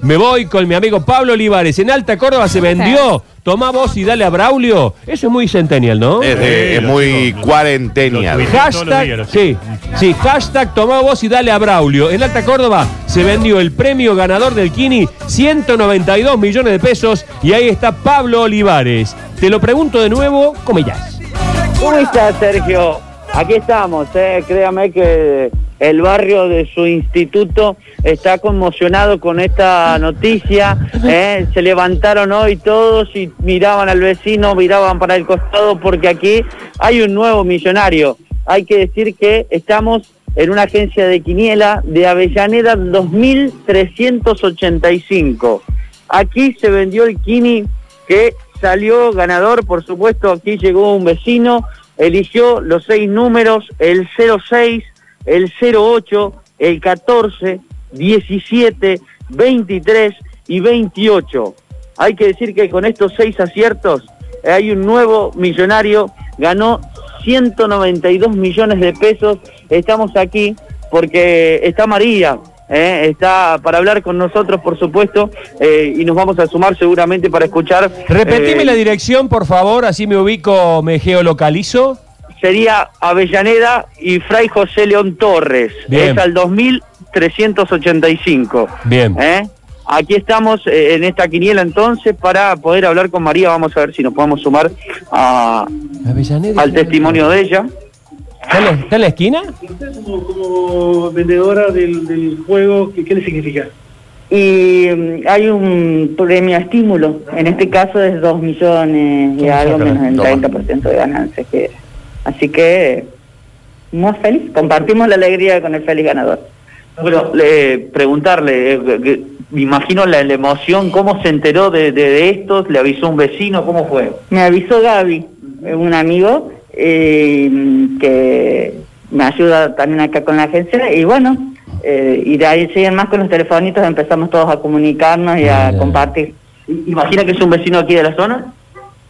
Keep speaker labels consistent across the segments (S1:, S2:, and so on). S1: Me voy con mi amigo Pablo Olivares. En Alta Córdoba se vendió. Tomá vos y dale a Braulio. Eso es muy centennial, ¿no?
S2: Es, de-
S3: Sí,
S2: es
S3: lo
S2: muy
S3: digo, lo-
S2: cuarentenial.
S3: lo tuiteé. Todos los días
S1: Hashtag,
S3: lo
S1: sí, sí, hashtag tomá vos y dale a Braulio. En Alta Córdoba se vendió el premio ganador del Kini, 192 millones de pesos, y ahí está Pablo Olivares. Te lo pregunto de nuevo, come ya.
S4: ¿Cómo está Sergio? Aquí estamos, eh, créame que el barrio de su instituto está conmocionado con esta noticia. eh, Se levantaron hoy todos y miraban al vecino, miraban para el costado porque aquí hay un nuevo millonario. Hay que decir que estamos en una agencia de Quiniela de Avellaneda 2385. Aquí se vendió el Kini que salió ganador, por supuesto, aquí llegó un vecino, eligió los seis números, el 06, el 08, el 14, 17, 23 y 28. Hay que decir que con estos seis aciertos eh, hay un nuevo millonario, ganó 192 millones de pesos. Estamos aquí porque está María, eh, está para hablar con nosotros, por supuesto, eh, y nos vamos a sumar seguramente para escuchar.
S1: Repetime
S4: eh,
S1: la dirección, por favor, así me ubico, me geolocalizo.
S4: Sería Avellaneda y Fray José León Torres.
S1: Bien.
S4: Es al 2385.
S1: Bien.
S4: ¿Eh? Aquí estamos eh, en esta quiniela entonces para poder hablar con María. Vamos a ver si nos podemos sumar a-
S1: Avellaneda.
S4: al testimonio de ella.
S1: ¿Está en la- está en la esquina?
S5: Usted como, como vendedora del, del juego, ¿qué, qué le significa?
S6: Y mm, hay un premio a estímulo, en este caso es 2 millones y algo menos del
S2: Toma.
S6: 30% de ganancias. Que, así que muy feliz, compartimos la alegría con el feliz ganador.
S4: Bueno, le, preguntarle, eh, que- que- me imagino la, la emoción, cómo se enteró de, de- de esto, le avisó un vecino, cómo fue.
S6: Me avisó Gaby, eh, un amigo eh, que me ayuda también acá con la agencia y bueno, eh, y de ahí siguen más con los telefonitos, empezamos todos a comunicarnos y a
S1: Bien.
S6: compartir.
S4: I- ¿Imagina que es un vecino aquí de la zona?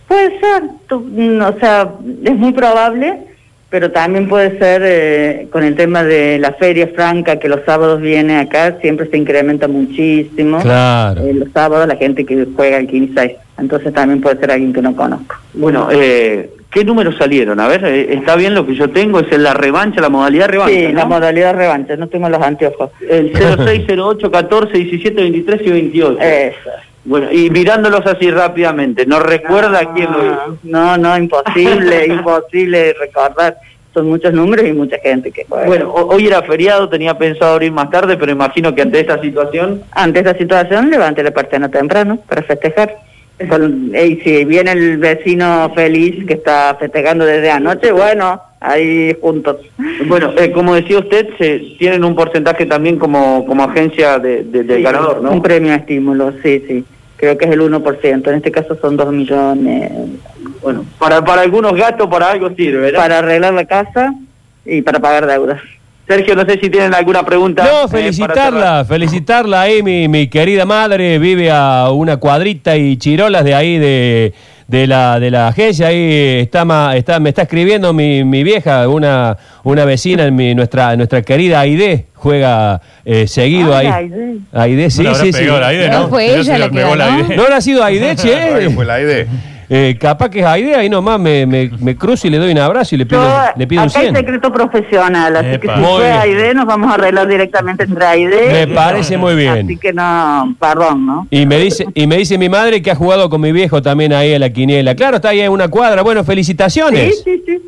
S6: Puede ser, tú- mm, o sea, es muy probable, pero también puede ser eh, con el tema de la feria franca que los sábados viene acá, siempre se incrementa muchísimo.
S1: Claro.
S6: Eh, los sábados la gente que juega al 15 entonces también puede ser alguien que no conozco.
S4: Bueno, eh, ¿qué números salieron? A ver, eh, ¿está bien lo que yo tengo? ¿Es en la revancha, la modalidad revancha?
S6: sí, la
S4: ¿no?
S6: modalidad revancha, no tengo los anteojos.
S4: El 06, 08, 14, 17, 23 y 28.
S6: Eso.
S4: Bueno, y mirándolos así rápidamente, ¿no recuerda
S6: Ah.
S4: quién lo hizo?
S6: No, no, imposible, imposible recordar. Son muchos números y mucha gente que juega.
S4: Bueno, ho- hoy era feriado, tenía pensado abrir más tarde, pero imagino que ante esta situación...
S6: ante esta situación levante la partena temprano para festejar. Con- y si viene el vecino feliz que está festejando desde anoche, bueno, ahí juntos.
S4: Bueno, eh, como decía usted, se, tienen un porcentaje también como, como agencia de, de- del
S6: Sí,
S4: ganador, ¿no?
S6: Un premio a estímulo, sí, sí. Creo que es el 1%, en este caso son 2 millones.
S4: Bueno, para, para algunos gastos, para algo sirve, ¿verdad?
S6: Para arreglar la casa y para pagar deudas.
S4: Sergio, no sé si tienen alguna pregunta. eh,
S1: No,
S4: para
S1: felicitarla,
S4: cerrar.
S1: felicitarla a Emi, mi querida madre, vive a una cuadrita y chirolas de ahí de, de la de la agencia, ahí está, ma- está me está escribiendo mi, mi vieja, una una vecina, mi, nuestra nuestra querida Aide juega eh, seguido
S6: Ay,
S1: ahí.
S6: Aide.
S1: Aide, sí,
S3: No la habrá
S1: sí, sí.
S3: pegado la idea,
S7: No,
S3: ¿no?
S7: fue
S3: Yo
S7: ella
S3: se
S7: la que
S3: pegó
S7: ganó.
S3: idea.
S1: No habrá sido Aide,
S2: ¿Cuál fue
S1: che.
S2: la idea?
S1: Eh, capaz que es Aide, ahí nomás me, me, me cruzo y le doy un abrazo y le pido,
S6: Yo-
S1: le pido un
S6: acá hay
S1: 100.
S6: secreto profesional, así
S3: Epa.
S6: que si
S1: Muy
S6: fue
S1: bien.
S6: AID nos vamos a arreglar directamente entre AID.
S1: Me parece muy bien.
S6: Así que no, perdón, ¿no?
S1: Y me dice, y me dice mi madre que ha jugado con mi viejo también ahí a la quiniela. Claro, está ahí en una cuadra. Bueno, felicitaciones.
S6: Sí, sí, sí.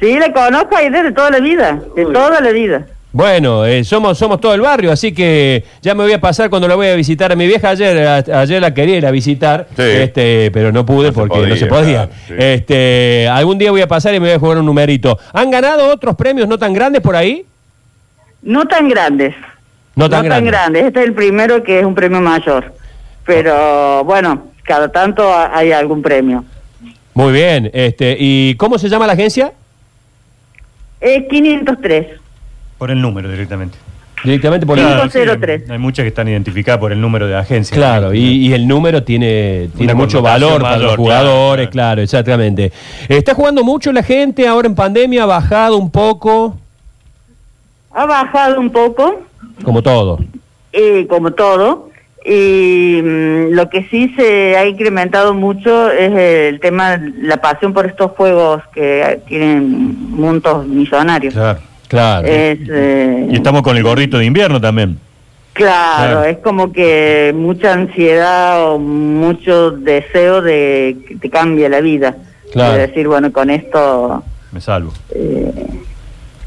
S6: Sí, la conozco ahí desde toda la vida, de toda la vida.
S1: Bueno, eh, somos, somos todo el barrio, así que ya me voy a pasar cuando la voy a visitar a mi vieja. Ayer, a- ayer la quería ir a visitar,
S2: Sí.
S1: este, pero no pude
S2: No se
S1: porque no
S2: podía,
S1: se podía.
S2: claro, sí.
S1: Este, algún día voy a pasar y me voy a jugar un numerito. ¿Han ganado otros premios no tan grandes por ahí?
S6: No tan grandes.
S1: No tan
S6: grandes.
S1: grandes.
S6: Este es el primero que es un premio mayor. Pero bueno, cada tanto ha- hay algún premio.
S1: Muy bien. Este, ¿Y cómo se llama la agencia?
S6: Es 503.
S3: Por el número directamente.
S1: Directamente por
S6: Claro.
S1: la...
S6: 503.
S3: hay muchas que están identificadas por el número de agencia.
S1: Claro, y, y el número tiene, tiene
S3: Una
S1: mucho
S3: connotación,
S1: valor para los
S3: valor,
S1: jugadores, claro,
S3: claro, claro.
S1: exactamente. Está jugando mucho la gente ahora en pandemia, ha bajado un poco,
S6: Ha bajado un poco,
S1: como todo.
S6: eh, como todo. Y mm, lo que sí se ha incrementado mucho es el tema, la pasión por estos juegos que tienen montos millonarios.
S3: Claro.
S1: Claro.
S6: Es, eh,
S3: Y estamos con el gorrito de invierno también.
S6: Claro,
S3: Claro.
S6: es como que mucha ansiedad o mucho deseo de que te cambie la vida.
S1: Claro.
S6: De decir, bueno, con esto
S3: Me salvo.
S6: es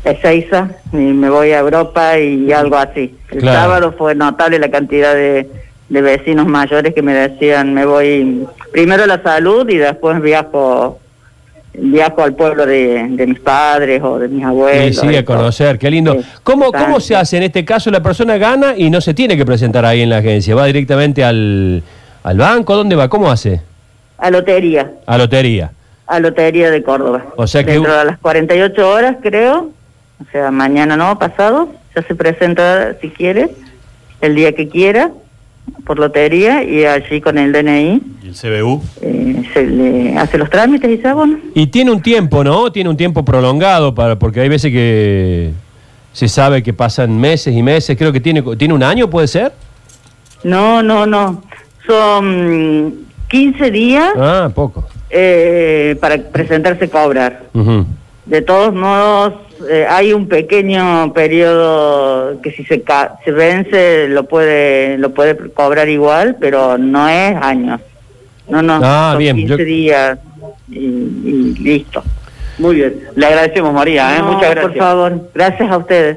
S6: Ezeiza y me voy a Europa y algo así. El
S1: Claro.
S6: sábado fue notable la cantidad de, de vecinos mayores que me decían, me voy primero a la salud y después viajo viajo al pueblo de, de mis padres o de mis
S1: Sí,
S6: abuelos.
S1: sí, a
S6: eso.
S1: conocer, qué lindo.
S6: Sí,
S1: ¿Cómo, ¿Cómo
S6: tanto.
S1: se hace en este caso? La persona gana y no se tiene que presentar ahí en la agencia, va directamente al, al banco, ¿dónde va? ¿Cómo hace?
S6: A lotería.
S1: A lotería.
S6: a Lotería de Córdoba.
S1: O sea que-
S6: Dentro de las 48 horas, creo, o sea, mañana no, pasado, ya se presenta, si quiere, el día que quiera, por Lotería, y allí con el DNI
S3: ¿Y el CBU?
S6: eh, se le hace los trámites y se abona.
S1: Y tiene un tiempo, ¿no? Tiene un tiempo prolongado, para, porque hay veces que se sabe que pasan meses y meses, creo que tiene, ¿tiene un año, puede ser.
S6: No, no, no. Son 15 días
S1: Ah, poco.
S6: eh, para presentarse a cobrar.
S1: Ujú.
S6: De todos modos, eh, hay un pequeño periodo que si se, ca- se vence lo puede lo puede cobrar igual, pero no es años. No, no,
S1: Ah,
S6: son
S1: bien,
S6: 15
S1: yo-
S6: días y, y listo.
S4: Muy bien. Le agradecemos, María. ¿eh?
S6: No,
S4: Muchas gracias.
S6: Por favor, gracias a ustedes.